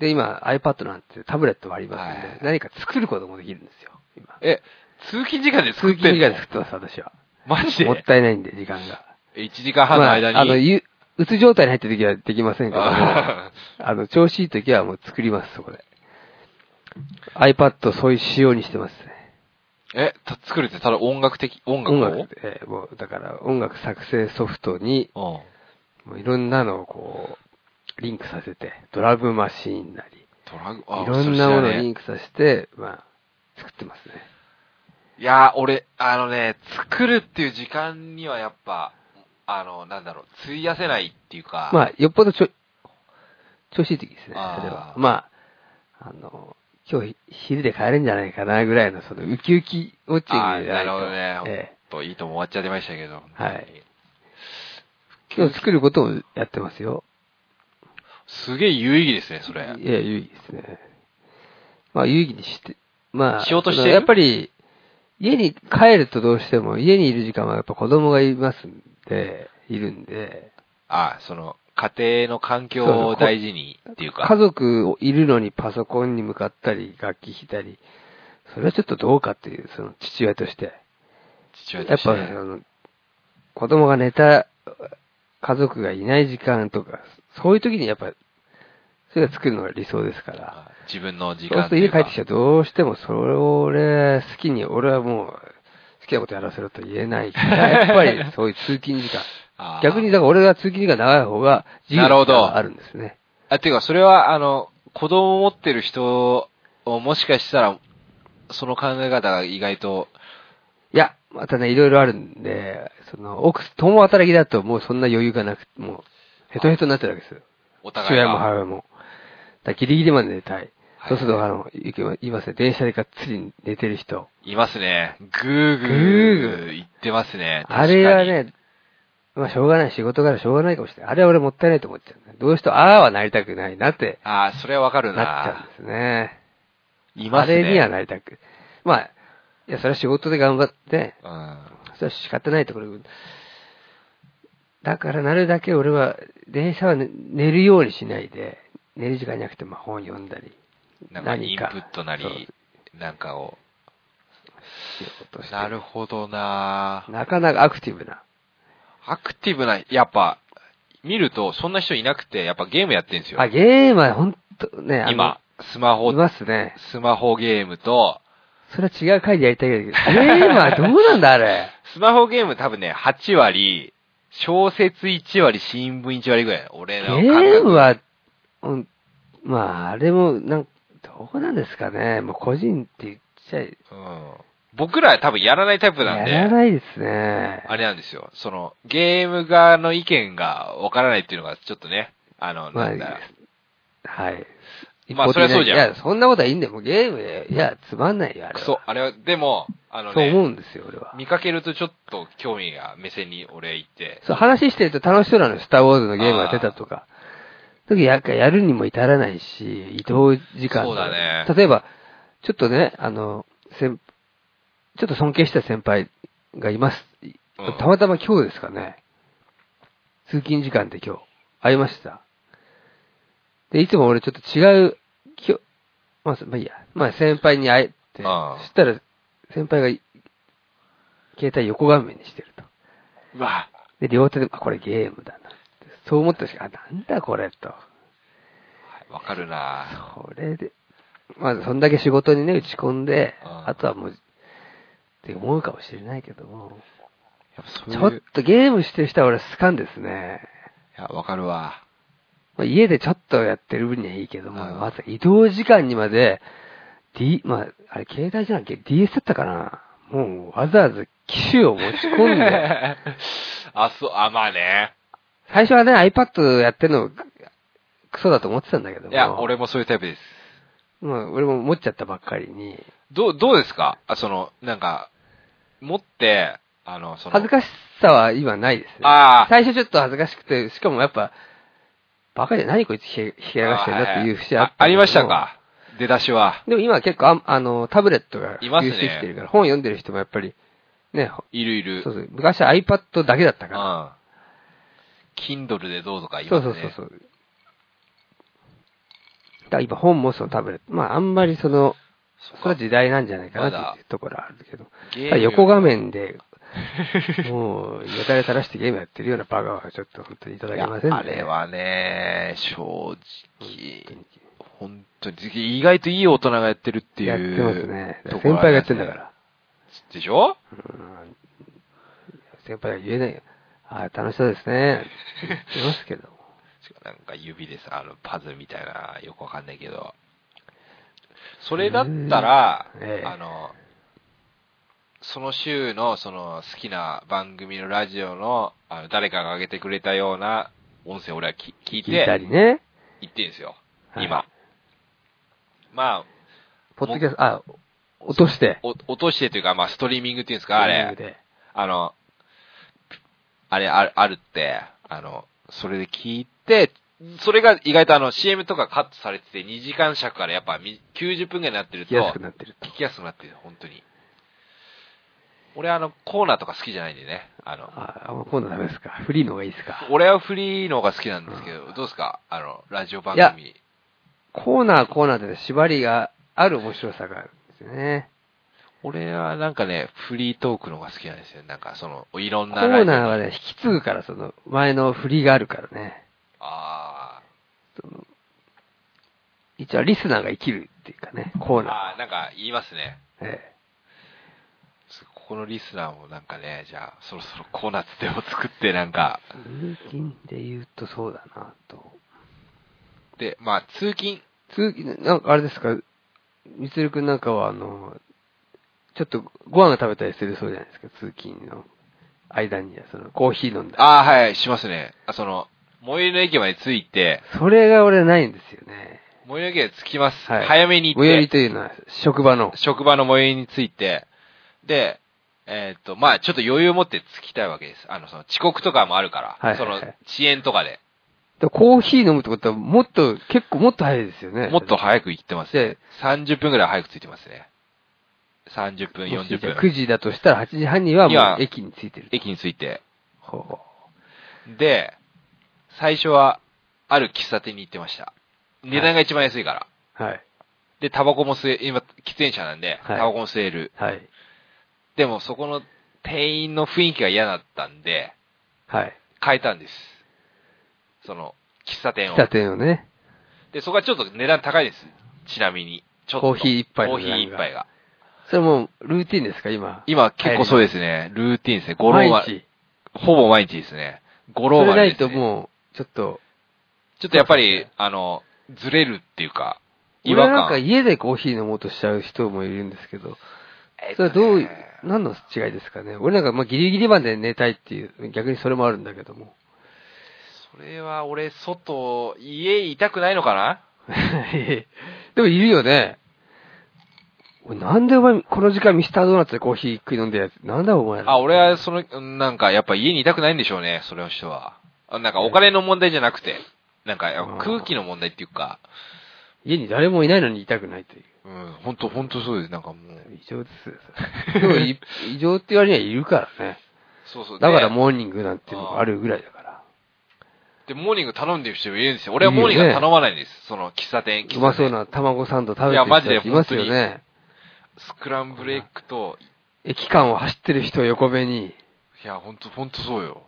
C: で、今 iPad なんてタブレットもありますんで、
B: はい
C: 何か作ることもできるんですよ、今。
B: え、通勤時間で作っ
C: 通
B: て
C: 勤
B: ん
C: 時間
B: の
C: で作ってます、私は。
B: マジで
C: もったいないんで、時間が。
B: ?1 時間半の間に。
C: まあ、あの、ゆうつ状態に入った時はできません けども、
B: あ
C: あの、調子いい時はもう作ります、そこで。iPad そういう仕様にしてますね。
B: え、た作るってただ音楽的、音楽
C: 音
B: を
C: 楽で、えーもう、だから音楽作成ソフトに、
B: うん。
C: もういろんなのをこう、リンクさせて、ドラムマシーンなり、
B: ドラグ、
C: いろんなもの
B: それ
C: を
B: 知ら
C: リ
B: ね
C: ンクさせて、まあ、作ってますね。
B: えいやー、俺、あのね、作るっていう時間にはやっぱ、あの、なんだろう、費やせないっていうか。
C: まあ、よっぽどちょ、調子いい時ですね、
B: あー
C: それは。まあ、あの、今日ひ昼で帰れんじゃないかなぐらいの、その、ウキウキウォッチン
B: あー
C: グじゃな
B: ないる
C: と
B: ほどね。ほ
C: ええ
B: んと、いいとも終わっちゃってましたけど。
C: はい今日作ることをやってますよ。
B: すげえ有意義ですね、それ。
C: いや、有意義ですね。まあ、有意義にして、まあ、
B: しようとしてる
C: そのやっぱり、家に帰るとどうしても、家にいる時間はやっぱ子供がいますんで、いるんで、
B: あ、その、家庭の環境を大事にっていうか。
C: 家族をいるのにパソコンに向かったり、楽器弾いたり、それはちょっとどうかっていう、その父親として。
B: 父
C: やっ
B: 親
C: ぱ、
B: として
C: あの、子供が寝た、家族がいない時間とか、そういう時にやっぱ、それが作るのが理想ですから。
B: あ自分の時
C: そう
B: 間
C: す
B: とい
C: る
B: う
C: と家帰
B: か
C: ってき。たらどうしてもそれを俺、好きに、俺はもう、好きなことやらせろと言えないから、やっぱりそういう通勤時間。
B: あー
C: 逆に、だから俺が通勤時間長い方が、自由
B: なるほど
C: があるんですね。
B: あ、ていうか、それは、あの、子供を持ってる人を、もしかしたら、その考え方が意外と、
C: いや、またね、いろいろあるんで、その、奥、共働きだともうそんな余裕がなくて、もう、ヘトヘトになってるわけですよ。
B: お
C: 父
B: 互い
C: 親も
B: が。
C: 母親も。だからギリギリまで寝たい。
B: はい
C: そうすると、あの、言いますね、電車でがっつり寝てる人。
B: いますね。ぐーぐ
C: ぐーぐ
B: ー言ってますね。
C: あれは
B: 確かに、
C: ね、まあ、しょうがない。仕事からしょうがないかもしれない。あれは俺もったいないと思っちゃうね。どうしてもああはなりたくないなって
B: ああ、それはわかる
C: なっちゃ
B: な。
C: うんですね。
B: いますね。
C: あれにはなりたく。まあ、いや、それは仕事で頑張って、それは仕方ないところ。だからなるだけ俺は、電車はね寝るようにしないで、寝る時間じゃなくて、まあ本読んだり、
B: うん。なんか、イ
C: 何
B: ンプ
C: か
B: ットな
C: そう
B: り、なんかを。
C: 仕事して
B: なるほどな
C: なかなかアクティブな。
B: アクティブな、やっぱ、見ると、そんな人いなくて、やっぱゲームやってるんですよ
C: あ、。ゲームは本当ね、あの
B: 今、、スマホ
C: い、ますね。
B: スマホゲームと、
C: それは違う回でやりたいけど、ゲームはどうなんだ、あれ。
B: スマホゲーム多分ね、8割、小説1割、新聞1割ぐらい。俺
C: ゲ
B: の感覚
C: ームは、うん、まあ、あれも、なんどうなんですかね。もう個人って言っちゃい、
B: うん。僕らは多分やらないタイプなん
C: や
B: で。
C: らないですね。
B: あれなんですよ。その、ゲーム側の意見がわからないっていうのが、ちょっとね、あの、
C: まあ
B: なんだ、
C: はい。
B: まあそりゃそうじゃん
C: いや、そんなことはいいんだよ。もうゲームで、いや、つまんないよ、あれは。
B: クソ。あれは、でも、あの
C: そう思
B: ね、
C: うんですよ、俺は。
B: 見かけるとちょっと興味が目線に俺行って、
C: そう、話してると楽しそうなのよ、スターウォーズのゲームが出たとか。時ややるにも至らないし、移動時間
B: そうだね
C: 例えば、ちょっとね、あの、先、ちょっと尊敬した先輩がいます。
B: うん
C: たまたま今日ですかね。通勤時間で今日、会いました。で、いつも俺ちょっと違う、今日、まあ、まあいいや、まあ先輩に会えて、
B: ああ
C: そしたら先輩が、携帯横画面にしてると。
B: うわ、
C: で、両手で、あ、これゲームだなって。そう思ったし、あ、なんだこれと。
B: わかるな
C: これで、まあ、そんだけ仕事にね、打ち込んで、
B: うん
C: あとはもう、って思うかもしれないけども、
B: やっぱ
C: ち
B: そ
C: ょ
B: うい
C: っ
B: う、い
C: とゲームしてる人は俺好かんですね。
B: や、わかるわ。
C: まあ、家でちょっとやってる分にはいいけども、
B: うん
C: まず移動時間にまで、D、まあ、あれ携帯じゃなくて DS だったかなもうわざわざ機種を持ち込んで、
B: あ、そう、あ、まあね。
C: 最初はね、iPad やってるの、クソだと思ってたんだけども。
B: いや、俺もそういうタイプです。
C: まあ、俺も持っちゃったばっかりに、
B: どう、どうですかあ、その、なんか、持って、あの、その、
C: 恥ずかしさは今ないですね。
B: ああ、
C: 最初ちょっと恥ずかしくて、しかもやっぱ、バカじゃ何こいつひけひけらかしてるなっていう節あ
B: あ
C: っ
B: あ
C: た
B: あ
C: け
B: り
C: ども
B: ました。か出だしは。
C: でも今は結構あ、あの、タブレットが
B: います
C: 普
B: ね
C: 及してきてるから、本読んでる人もやっぱり、ね、ほ
B: いるいる。
C: そうそう、昔は iPad だけだったから。
B: うん。Kindle でどうとか言い
C: そ
B: ま
C: う
B: す
C: そ
B: ね。
C: うそうそう。だから今本もそのタブレット、まああんまりその、
B: そっか
C: それは時代なんじゃないか
B: ま
C: な
B: だ
C: っていうところはあるけど。
B: ゲーム
C: ただ横画面で、もう、やたら垂らしてゲームやってるようなバカはちょっと本当にいただけません
B: い
C: ね。
B: やあれはね、正直、
C: 本
B: 本当に、意外といい大人がやってるっていう。
C: やってますね。
B: とこ
C: 先
B: ろあ
C: 輩が
B: りま
C: やっ
B: す
C: て
B: ね
C: んだか。ら。
B: でしょ
C: うん先輩が言えないよ。ああ、楽しそうですね。言ってますけど。
B: なんか指でさ、あの、パズルみたいな、よくわかんないけど。それだったら、
C: ええ
B: あの、その週の、その、好きな番組のラジオの、あの、誰かが上げてくれたような音声を俺はき聞い
C: 聞いた
B: て、
C: りね。
B: 言ってんですよ。
C: はい
B: 今。まあ、
C: ポッドキャスト、あ、落として。
B: お落としてというか、まあ、ストリーミングっていうんですか、あれ。
C: で
B: あの、あれ、ある、あるって、あの、それで聞いて、それが意外とあの CM とかカットされてて2時間尺からやっぱみ90分ぐらいになってる
C: 聞
B: と
C: きやすくなってると。
B: 聞きやすくなってる、本当に。俺あのコーナーとか好きじゃないんでね。あの、
C: ああ、もう今度ダメですか。フリーの方がいいですか。
B: 俺はフリーの方が好きなんですけど、どうですかあの、ラジオ番
C: いや
B: 組。
C: コーナーコーナーで縛りがある面白さがあるんですよね。
B: 俺はなんかね、フリートークの方が好きなんですよ。なんかその、いろん
C: コ
B: なラジ
C: ー
B: オ
C: ナーはね、引き継ぐから、その、前の振りがあるからね。
B: あ
C: その一応リスナーが生きるっていうかね、コ
B: ー
C: ーナ
B: あー、なんか言いますね。
C: ー。え
B: ここのリスナーもなんかね、じゃあ、そろそろコーナーつってを作って、なんか、
C: え通勤で言うとそうだなと。
B: で、まあ、通勤、
C: 通勤、なんかあれですか、みつるくんなんかはあの、ちょっとご飯が食べたりするそうじゃないですか、通勤の間には、そのコーヒー飲んだり。
B: ああ、はい、しますね。あ、その、最寄りの駅まで着いて、
C: それが俺ないんですよね。
B: 最寄りの駅まで着きます。
C: はい
B: 早めに行っ
C: 最寄り
B: て、
C: というのは、職場の。
B: 職場の最寄りに着いて、で、えーっと、まあちょっと余裕を持って着きたいわけです。あの、その遅刻とかもあるから、
C: はいはいはい
B: その遅延とかで、
C: だからコーヒー飲むってことは、もっと、結構もっと早いですよね。
B: もっと早く行ってますね
C: で。
B: 30分ぐらい早く着いてますね。30分、
C: もし
B: 40
C: じゃあ
B: 分。
C: 9時だとしたら8時半にはいも
B: や
C: う駅に着いてる。
B: 駅に着いて。
C: ほうほう
B: で、最初は、ある喫茶店に行ってました。値段が一番安いから。
C: はい。
B: で、タバコも吸え、今、喫煙者なんで、
C: はい
B: タバコも吸える。
C: はい。
B: でも、そこの店員の雰囲気が嫌だったんで、
C: はい。
B: 変えたんです。その、喫茶店を
C: 喫。茶店をね。
B: で、そこはちょっと値段高いです。ちなみに。ちょっと
C: コーヒー一杯
B: コ
C: の
B: ー
C: 値
B: ヒ
C: 段が
B: ー一杯が。
C: それもうルーティンですか、今。
B: 今、結構そうですね。ルーティンですね。五郎
C: 毎
B: 丸。
C: 日。
B: ほぼ毎日ですね。五
C: そ
B: 郎
C: れ
B: 丸
C: な
B: で
C: い
B: す、
C: と
B: ね。
C: もう、ちょっと、
B: ちょっとやっぱり、
C: そうですね
B: あの、ずれるっていうか、違
C: 俺
B: 和
C: はなんか
B: 感。
C: 家でコーヒー飲もうとしちゃう人もいるんですけど、それはどうい
B: えっ
C: う
B: とね、
C: 何の違いですかね。俺なんかまあギリギリまで寝たいっていう、逆にそれもあるんだけども。
B: それは俺、外、家いたくないのかな
C: でもいるよね。俺なんでお前、この時間ミスタードーナツでコーヒー食い飲んでるやつ、なんだお前ら
B: あ、俺は、その、うんなんか、やっぱ家にいたくないんでしょうね、それの人は。あなんか、お金の問題じゃなくて、なんか
C: うん、
B: 空気の問題っていうか、
C: 家に誰もいないのにいたくないという。
B: うん、ほんと、ほんとそうです、なんかもう。
C: 異常ですよ。それでもい異常って言われにはいるからね。
B: そうそう。
C: だから
B: う。
C: モーニングなんていうのがあるぐらいだから。
B: で、モーニング頼んでる人もいるんですよ。俺はモーニングは頼まないんです。その、喫茶店、喫
C: うま
B: 茶
C: そう
B: 店。
C: な卵サンド食べて
B: い
C: る
B: やマジで
C: 人いますよね。
B: スクランブルエッグと、
C: 駅間を走ってる人を横目に、
B: いや、ほんと、ほんとそうよ。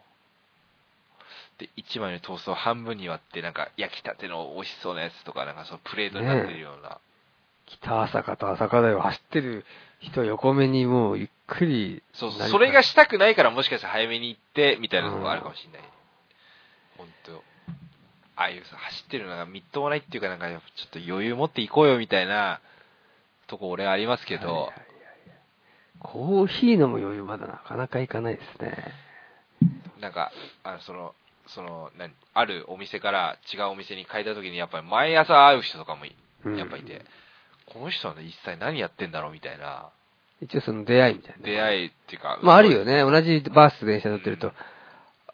B: で、一枚のトーストを半分に割って、なんか、焼きたての美味しそうなやつとか、なんか、そのプレートになってるような。
C: 北朝霞と朝霞台を走ってる人を横目にもうゆっくり。
B: そうそう。
C: 何か
B: それがしたくないから、もしかしたら早めに行って、みたいなとこがあるかもしれない。本当ああいうさ、走ってるのがみっともないっていうか、なんか、ちょっと余裕持って行こうよ、みたいな、とこ俺はありますけど、
C: はいはいはいはいコーヒー飲む余裕まだなかなかいかないですね。
B: なんか、あの、その、その、何、あるお店から違うお店に変えた時に、やっぱり毎朝会う人とかもい
C: うん
B: やっぱいて、この人はね、一体何やってんだろう、みたいな、
C: 一応その出会いみたいな。
B: 出会いっていうか、
C: まああるよ
B: ね。
C: ね。同じバース電車乗ってると、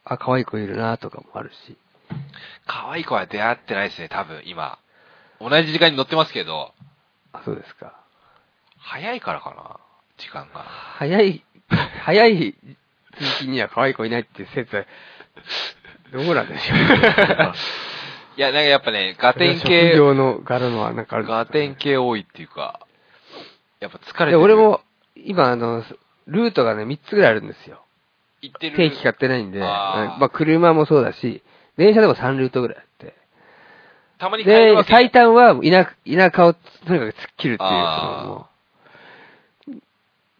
C: あ、可愛い子いるなとかもあるし。
B: 可愛い子は出会ってないですね、多分、今。同じ時間に乗ってますけど、
C: あ、そうですか。
B: 早いからかな、時間が。
C: 早 い、早い通勤には可愛い子いないっていう説は、どうなんでしょう。
B: いや、なんかやっぱね、 ガテン
C: 職
B: 系、
C: 業の柄のはなんかあるんですか
B: ガテン系多いっていうか、やっぱ疲れて
C: で、
B: る。
C: 俺も、今、あの、ルートがね、3つぐらいあるんですよ。
B: 行ってる。
C: 定期買ってないんで、
B: あー
C: まあ、車もそうだし、電車でも3ルートぐらいあって。
B: たまに帰る
C: で
B: わ、け。
C: 最短は田、田舎をとにかく突っ切るっていう。
B: あー
C: そのもう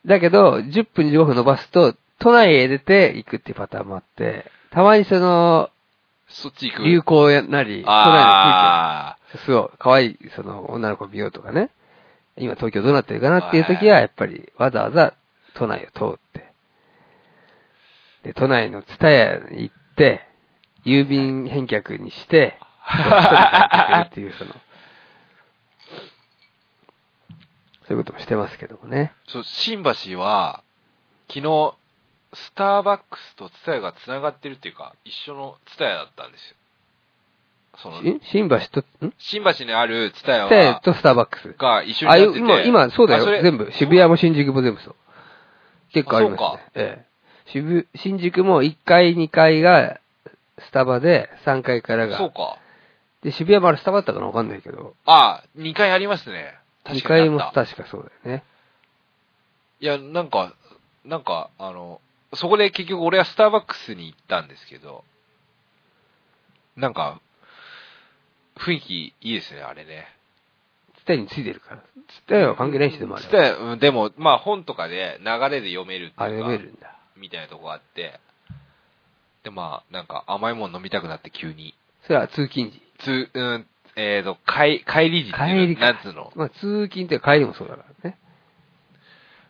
C: だけど、10分15分伸ばすと、都内へ出て行くっていうパターンもあって、たまにその、
B: そっち行く。
C: 流行やなり、都内
B: あ
C: の空気を、そう、可愛い、その、女の子見ようとかね。今東京どうなってるかなっていう時は、やっぱり、わざわざ都内を通って。で、都内の蔦屋に行って、郵便返却にして、そっから帰ってくるっていう、その、そういうこともしてますけどもね。
B: ーそう、新橋は、昨日、スターバックスとツタヤが繋がってるっていうか、一緒のツタヤだったんですよ。その、
C: し新橋と、ん
B: 新橋にあるツタヤ
C: 蔦屋
B: は、
C: とスターバックス。
B: が一緒に
C: あ、
B: なってて。
C: 今、今、そうだ
B: あ
C: よ。
B: れ
C: 全部。渋谷も新宿も全部そう。結構ありますね。
B: あそうか
C: ええ。渋、新宿も1階、2階がスタバで、3階から
B: そう
C: が。
B: か。
C: で、渋谷もあれスタバだったかなわかんないけど。
B: あ、2階ありますね。確
C: 2
B: かにあ
C: 階
B: った
C: も確かそうだよね。
B: いや、なんか、なんか、あの、そこで結局俺はスターバックスに行ったんですけど、なんか、雰囲気いいですね、あれね。
C: ツタヤについてるから。ツタヤは関係ない人でもある
B: つ。たやうんでも、まあ本とかで流れで読めるっていうか、
C: あれ見えるんだ。
B: みたいなとこがあって、で、まあ、なんか甘いもの飲みたくなって急に、
C: それは通勤時。
B: つ、うん、えーと、帰帰り時って
C: 帰
B: い
C: り
B: うの、な
C: か
B: んつうの。
C: まあ通勤って帰りもそうだからね。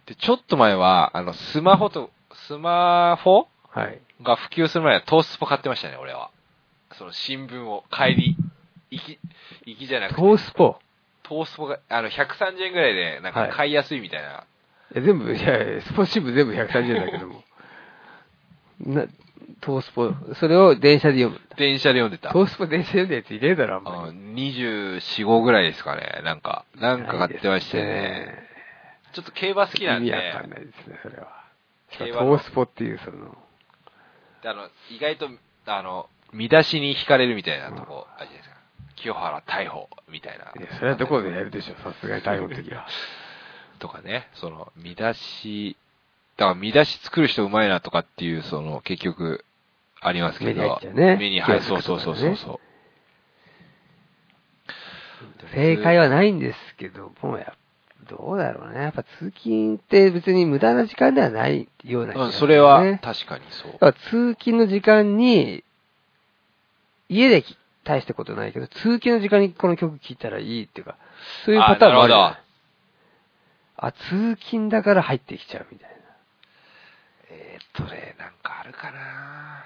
B: で、ちょっと前は、あの、スマホと、スマホ
C: はい。
B: が普及する前はトースポ買ってましたね、俺は。その新聞を帰り、行き、行きじゃなく
C: ト
B: て、
C: ースポ。
B: トースポが、あの、130円ぐらいで、なん
C: は
B: か
C: い
B: 買いやすいみたいな。
C: え全部、いやいや、スポ新聞全部130円だけ ども。な、トースポ、それを電車で読む。
B: 電車で読んでた。
C: トースポ電車で読むやついねえだろ、あんまり。
B: 24、5ぐらいですかね。なんか、なんか買ってましたよね。ちょっと競馬好きなん
C: 意
B: で、
C: 味わかんないですね、それは。しか
B: 競
C: も
B: 馬の
C: トースポっていう、その、
B: あの、意外と、あの、見出しに惹かれるみたいなとこ、あるじゃないですか。清原逮捕みたいな。
C: いや、それはどこでやるでしょう、さすがに逮捕の時は。
B: とかね、その、見出し、だから見出し作る人うまいなとかっていう、その、結局、ありますけ
C: 目に入
B: ど
C: っちゃう、ね
B: 目に入る。
C: 気
B: そ
C: が
B: う
C: つくと
B: そう
C: かね
B: そうそうそう。
C: 正解
B: は
C: はないんですけど、もうや、どうだろうね。やっぱ通勤って別に無駄な時間ではないような気がするね、
B: うん、それは確かにそう。
C: だから通勤の時間に、家でき大したことないけど、通勤の時間にこの曲聴いたらいいっていうか、そういうパターンもあるじゃない
B: あなる
C: あ通勤だから入ってきちゃうみたいな。
B: えーっとね、なんかあるかな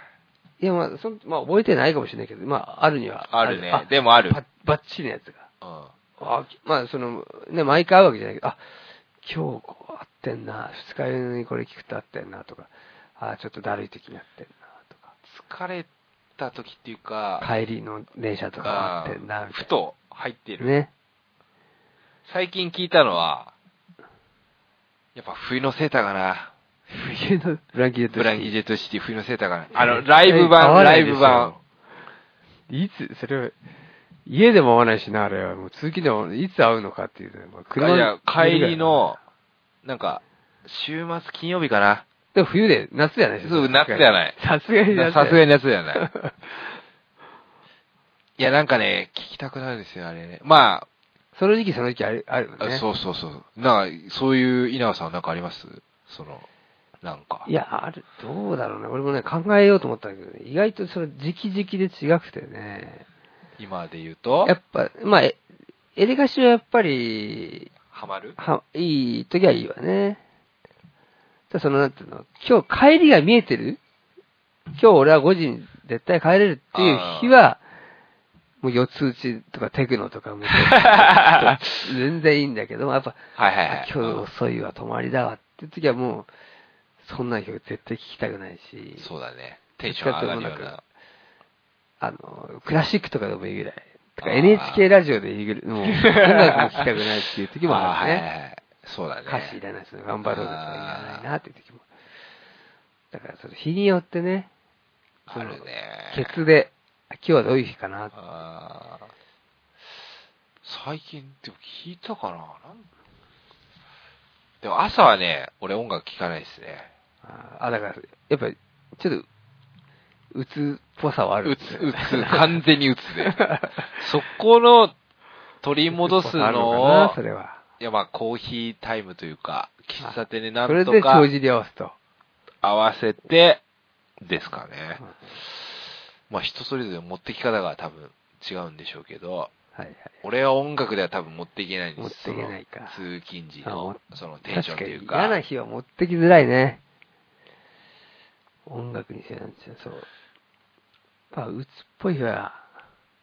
B: い
C: や、まあ、そんまあ、覚えてないかもしれないけど、まあ、あるには
B: あるね
C: あ
B: でもある
C: ばばっちりなやつが。
B: うん。
C: あきまあ、その、ね、毎回会うわけじゃないけど、あ、今日こう合ってんな、二日酔いにこれ聞くと合ってんなとか、あ、ちょっとだるい時に合ってんなとか、
B: 疲れた時っていうか、
C: 帰りの電車とか合ってんなみたいな。
B: ふと入ってる。
C: ね。
B: 最近聞いたのは、やっぱ冬のセーターかな。
C: 冬の ブランキー・ジェット・
B: ブランキー・ジェット・シティ冬のセーターかな。
C: えー
B: あの、ライブ
C: 合
B: 版、
C: わ
B: ラ
C: な
B: イ
C: いで
B: ブ
C: しょ
B: 版。
C: いつ、それは、家でも会わないしな、あれは。もう通勤でも、いつ会うのかっていうのは、まあ
B: あいや
C: 車
B: 帰り。の、なんか、週末金曜日かな。
C: でも冬で、夏じゃないでしょ。
B: そう夏じゃない
C: さすがに夏。
B: さすがに
C: に。
B: 夏じゃ ない。いや、なんかね、聞きたくなるんですよ、あれね。ま
C: その時期その時期あるあるよ
B: あ、
C: ね。
B: そうそうそう。なんか、そういう稲葉さんなんかありますその、なんか。
C: いや、ある、どうだろうね。俺もね、考えようと思ったんだけどね、意外とその時期時期で違くてね。
B: 今で言うと、
C: やっぱ、まあ、えエレガシはやっぱり、
B: ハ マる
C: は、いい時はいいわね。ただその、なんていうの、今日帰りが見えてる今日俺は5時に絶対帰れるっていう日は、もう四つ打ちとかテクノとかも、 全然いいんだけど、やっぱ、
B: はいはいは
C: あ
B: い。
C: 今日遅いわ、泊まりだわって時はもう、そんな曲絶対聴きたくないし、
B: そうだね。テンション上がるような。
C: あの、クラシックとかでもいいぐらい。とか
B: あー
C: NHK ラジオでいいぐらい、もう、音楽も聴きたくないっていう時もある
B: は
C: ね。
B: いはいはい。そうだね。
C: 歌詞いらないですね。頑張ろうですとかいらないなっていう時も。だから、その日によってね、
B: あるね。
C: ケツで、あ今日はどういう日かな。
B: あー最近、でも聞いたかななんでも朝はね、俺音楽聞かないです ね。
C: ああ、だから、やっぱり、ちょっと、うつっぽさはあるん
B: う
C: で
B: つ
C: すね、、
B: うつ、完全にうつで。 そこの取り戻す の
C: うつっぽさあるかな
B: を
C: そ、れは。
B: いやまあコーヒータイムというか、喫茶店でな
C: そ
B: ん
C: れ
B: と
C: で
B: か
C: 帳尻で合わすと。
B: 合わせて、ですかね。まあ人それぞれ持ってき方が多分違うんでしょうけど、
C: はいはい。
B: 俺は音楽では多分持っていけないんです
C: 持っていけないか
B: その通勤時
C: あ持
B: の
C: っ、
B: そのテンションというか。
C: 確に嫌な日は持ってきづらいね。音楽にせよなんですよ、そう。まあ、うつっぽい日は、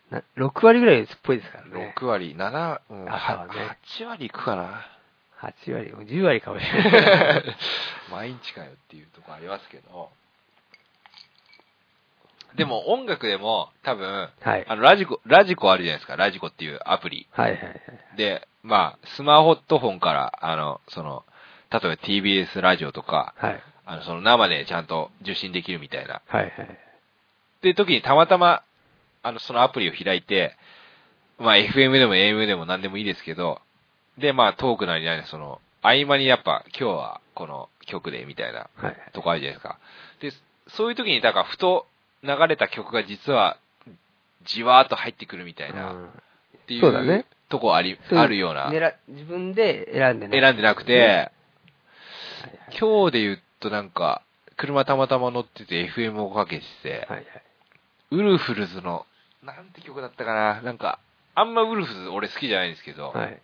C: な6割ぐらいうつっぽいですからね。
B: 6割、7、うん、
C: 朝はね
B: 8割いくか な。
C: 8割、もう10割かもし れない。
B: 毎日かよっていうとこありますけど。でも音楽でも多分、
C: はい。
B: あの、ラジコ、ラジコあるじゃないですか。ラジコっていうアプリ。
C: はいはいはい。
B: で、まあ、スマホとフォンから、あの、その、例えば TBS ラジオとか、
C: はい。
B: あの、その生でちゃんと受信できるみたいな。
C: はいはい。
B: っていう時にたまたま、あの、そのアプリを開いて、まあ、FM でも AM でも何でもいいですけど、で、まあ、トークなりなり、その、合間にやっぱ、今日はこの曲で、みたいな
C: はい。
B: とこあるじゃないですか。で、そういう時に、だから、ふと流れた曲が実は、じわーっと入ってくるみたいな、ってい
C: そうだね
B: とこあり、
C: うん
B: あるような。
C: 狙自分で選んでない。
B: 選んでなく
C: ね
B: て、今日で言うとなんか、車たまたま乗ってて FM をかけてて、
C: はいはい。
B: ウルフルズの、なんて曲だったかな、なんか、あんまウルフルズ俺好きじゃないんですけど、
C: はい。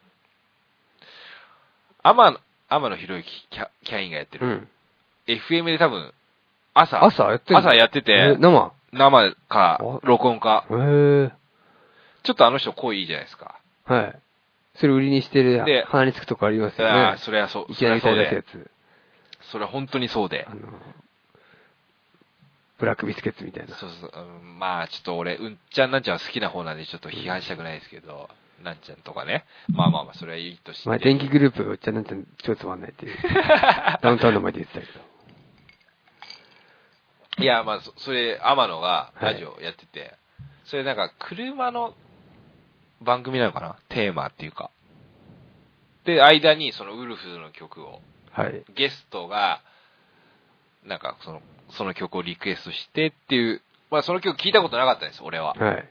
B: 天天野博之キャキャインがやって
C: う
B: る、
C: ん。
B: FM で多分、朝、
C: 朝やってんの
B: 朝やって
C: え
B: て、
C: 生
B: 生か
C: お、
B: 録音か、
C: へえ。
B: ちょっとあの人声いいじゃないですか。
C: はい。それ売りにして
B: で
C: る、鼻につくとこありますよ
B: あ
C: ね
B: あ。それはそう、
C: い
B: そ
C: き
B: れ
C: な
B: は
C: り
B: そう
C: 歌い出す
B: で
C: や、つ。
B: それは本当にそうで
C: あ、の、ブラックビスケッツみたいな。
B: そうそう、うんまあちょっと俺、うんちゃんなんちゃんは好きな方なんでちょっと批判したくないですけど、なんちゃんとかね、まあまあまあ、それはいいとして、
C: まあ、電気グループがおっちゃんなんちゃん超つまんな いっていう。ダウンタウンの前で言ってたけど。
B: いや、まあ、そそれ、天野が
C: はい
B: ラジオやってて、それなんか、車の番組なのかなテーマっていうか。で、間にそのウルフの曲を、
C: はい。
B: ゲストが、なんか、その、その曲をリクエストしてっていう、まあ、その曲聞いたことなかったんです、俺は。
C: はい。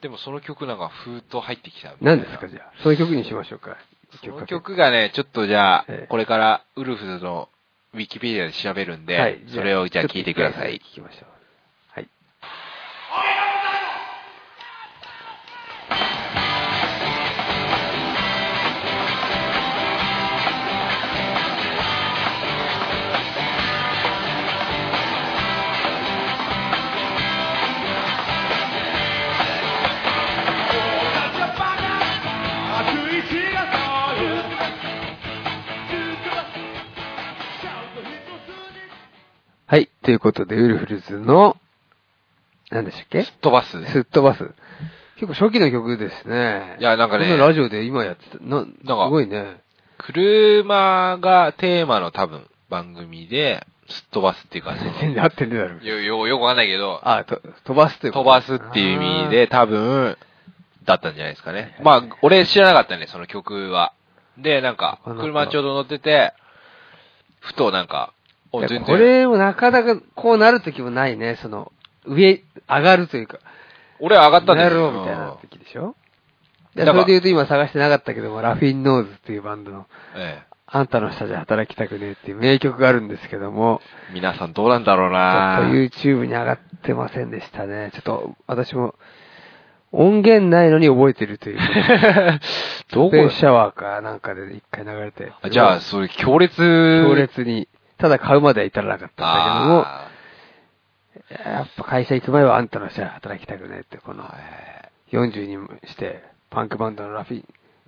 B: でも、その曲なんか、ふーっと入ってきたみたいな。
C: 何ですか、じゃあ。その曲にしましょうか。
B: その曲がね、ちょっとじゃあ
C: ええ、
B: これからウルフのウィキペディアで調べるんで、それをじゃあ聞いてください
C: ち。ょっと一回聞きましょう。はい。はい。ということで、ウルフルズの、何でしたっけ
B: すっ飛ばす。
C: すっ飛ばす。結構初期の曲ですね。
B: いやなんかね
C: こなラジオで今やってた、な、す
B: か
C: ご いね。
B: 車がテーマの多分番組で、すっ飛ばすっていうか、その
C: 全然合ってんねえだろ。
B: よ、よ、よくわかんないけど、
C: あ、と飛ばすというこ
B: 飛
C: と
B: ばすっていう意味で多分、だったんじゃないですかね。
C: はいは
B: ま
C: い
B: あ、俺知らなかったね、その曲は。で、なんか、
C: なかなか
B: 車ちょうど乗ってて、ふとなんか、
C: あ
B: お
C: ーいや
B: 全
C: こ
B: 然、
C: れもなかなかこうなる時もないね。その、上、上がるというか。
B: 俺は上がったんです
C: なろ
B: よ。
C: うみたいな時でしょ
B: だ
C: で
B: から
C: それで言うと今探してなかったけども、ラフィンノーズっていうバンドの、
B: ええ
C: あんたの下じゃ働きたくねえっていう名曲があるんですけども、
B: 皆さんどうなんだろう
C: ちょ
B: な
C: っと YouTube に上がってませんでしたね。ちょっと私も、音源ないのに覚えてるという。
B: どこ
C: スペースシャワーかなんかで一回流れて。
B: あじゃあ、、それ強烈。
C: 強烈に。ただ買うまでは至らなかったんだ
B: あ
C: けども、やっぱ会社行く前はあんたの下で働きたくねえって、こ
B: ー
C: の
B: はい
C: 40にもして、パンクバンドのラフィ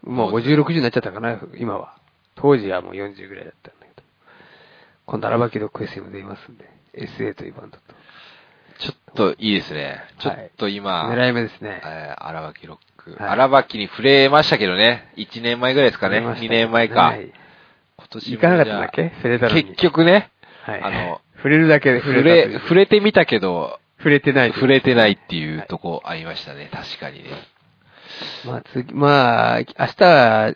C: ン、もう50、60になっちゃったかな、今は。当時はもう40ぐらいだったんだけど。今度、アラバキドック S にも出ますんで、SA というバンドと。
B: ちょっといいですね。ちょ
C: はい
B: っと今、
C: 狙い目ですね。
B: えー荒脇ロック。
C: はい
B: 荒脇に触れましたけどね。1年前ぐらいですかね。
C: 狙いました
B: 2年前か
C: は。い
B: 今年
C: 行かなかったんだっけ触れたのに
B: 結局ね、
C: はい。
B: あの、
C: 触れるだけで
B: 触
C: 触れたと
B: れ、
C: いう
B: 触れてみたけど、
C: 触れてない。
B: 触れてないっていうとこありましたね。確かにね。
C: まあ次、まあ、明日は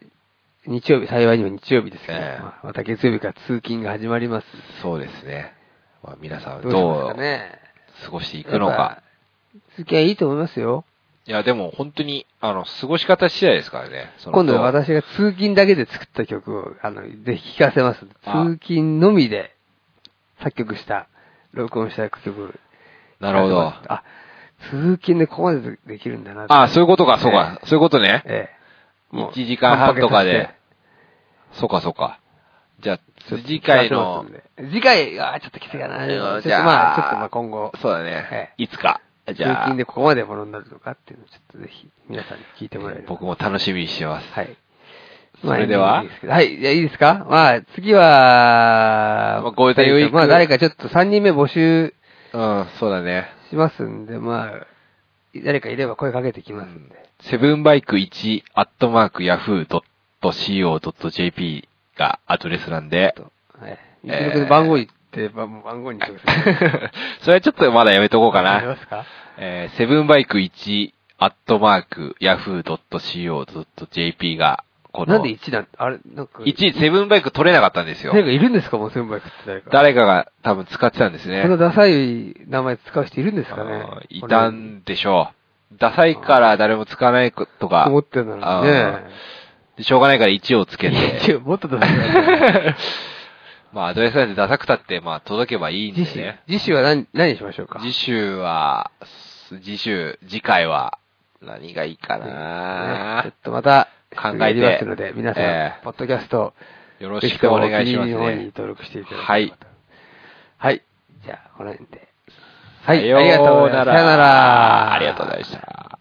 C: 日曜日、幸いにも日曜日ですけど、
B: ええ
C: まあまた月曜日から通勤が始まります。
B: そうですね。まあ皆さん
C: どうします
B: ど
C: か
B: う
C: ね。
B: 過ごしていくのか。。
C: 通勤はいいと思いますよ。
B: いや、でも本当に、あの、過ごし方次第ですからね。その
C: 今度は私が通勤だけで作った曲を、あの、ぜひ聴かせます。
B: あ
C: 通勤のみで作曲した、録音した曲。
B: なるほど。
C: あ、通勤でここまでできるんだなって
B: ああ、そういうことか、そうか、そういうことね。
C: ええ。もう
B: 1時間半とか。
C: パンパ
B: で
C: ケ。
B: そうか、そうか。じゃあ、
C: ちょっと
B: 次回の、
C: 次回はちょっときついかな。
B: あ
C: ち
B: の
C: ょっと
B: じゃあ
C: まあ、ちょっとまあ今後、
B: そうだね
C: え。
B: いつか。じ
C: 通
B: ゃあ
C: 勤で、ここまでものになるのかっていうのをちょっとぜひ皆さんに聞いてもらえる
B: 僕も楽しみにしてます。
C: はい。
B: それではい
C: いですけどはい、じゃあいいですかまあ次は
B: まあ、ゴールデンウィーク
C: まあ誰かちょっと3人目募集
B: うん、そうだね。
C: しますんで、まあ、誰かいれば声かけてきますんで。
B: セブンバイク1、アットマーク、ヤフー .co.jp がアドレスなんで、、
C: とはい。
B: え
C: 一
B: ー
C: 力の番号言って、ば番号にしてください。
B: それはちょっとまだやめとこうか
C: り
B: な
C: ま。すか
B: えー、セブンバイク1、アットマーク、ヤフー .co.jp が、この、
C: なんで1なんあれ、なんか。
B: 1セブンバイク取れなかったんですよ。
C: 誰かいるんですかもう先輩食って誰か。
B: 誰かが多分使ってたんですね。
C: このダサい名前使う人いるんですかね
B: あのいたんでしょう。ダサいから誰も使わないとか、
C: 思ってんだろうね。
B: でしょうがないから1をつけ
C: いや
B: て、
C: もっとダサ いね。
B: まあアドレスなんでダサくたって、まあ届けばいいんで
C: 次週
B: ね。、
C: 次週は何、何しましょうか
B: 次週は、次週、次回は、何がいいかな
C: ねちょっとまた、
B: 考えて
C: やりますので、皆さん、
B: ええ
C: ポッドキャスト、
B: よろしくお願いします
C: ぜひともお気に入りの方に
B: ね。
C: 登録していただければと
B: はい。
C: はい。じゃあ、この辺で。はい、
B: さよう
C: ありがとうございます。さよなら。
B: ありがとうございました。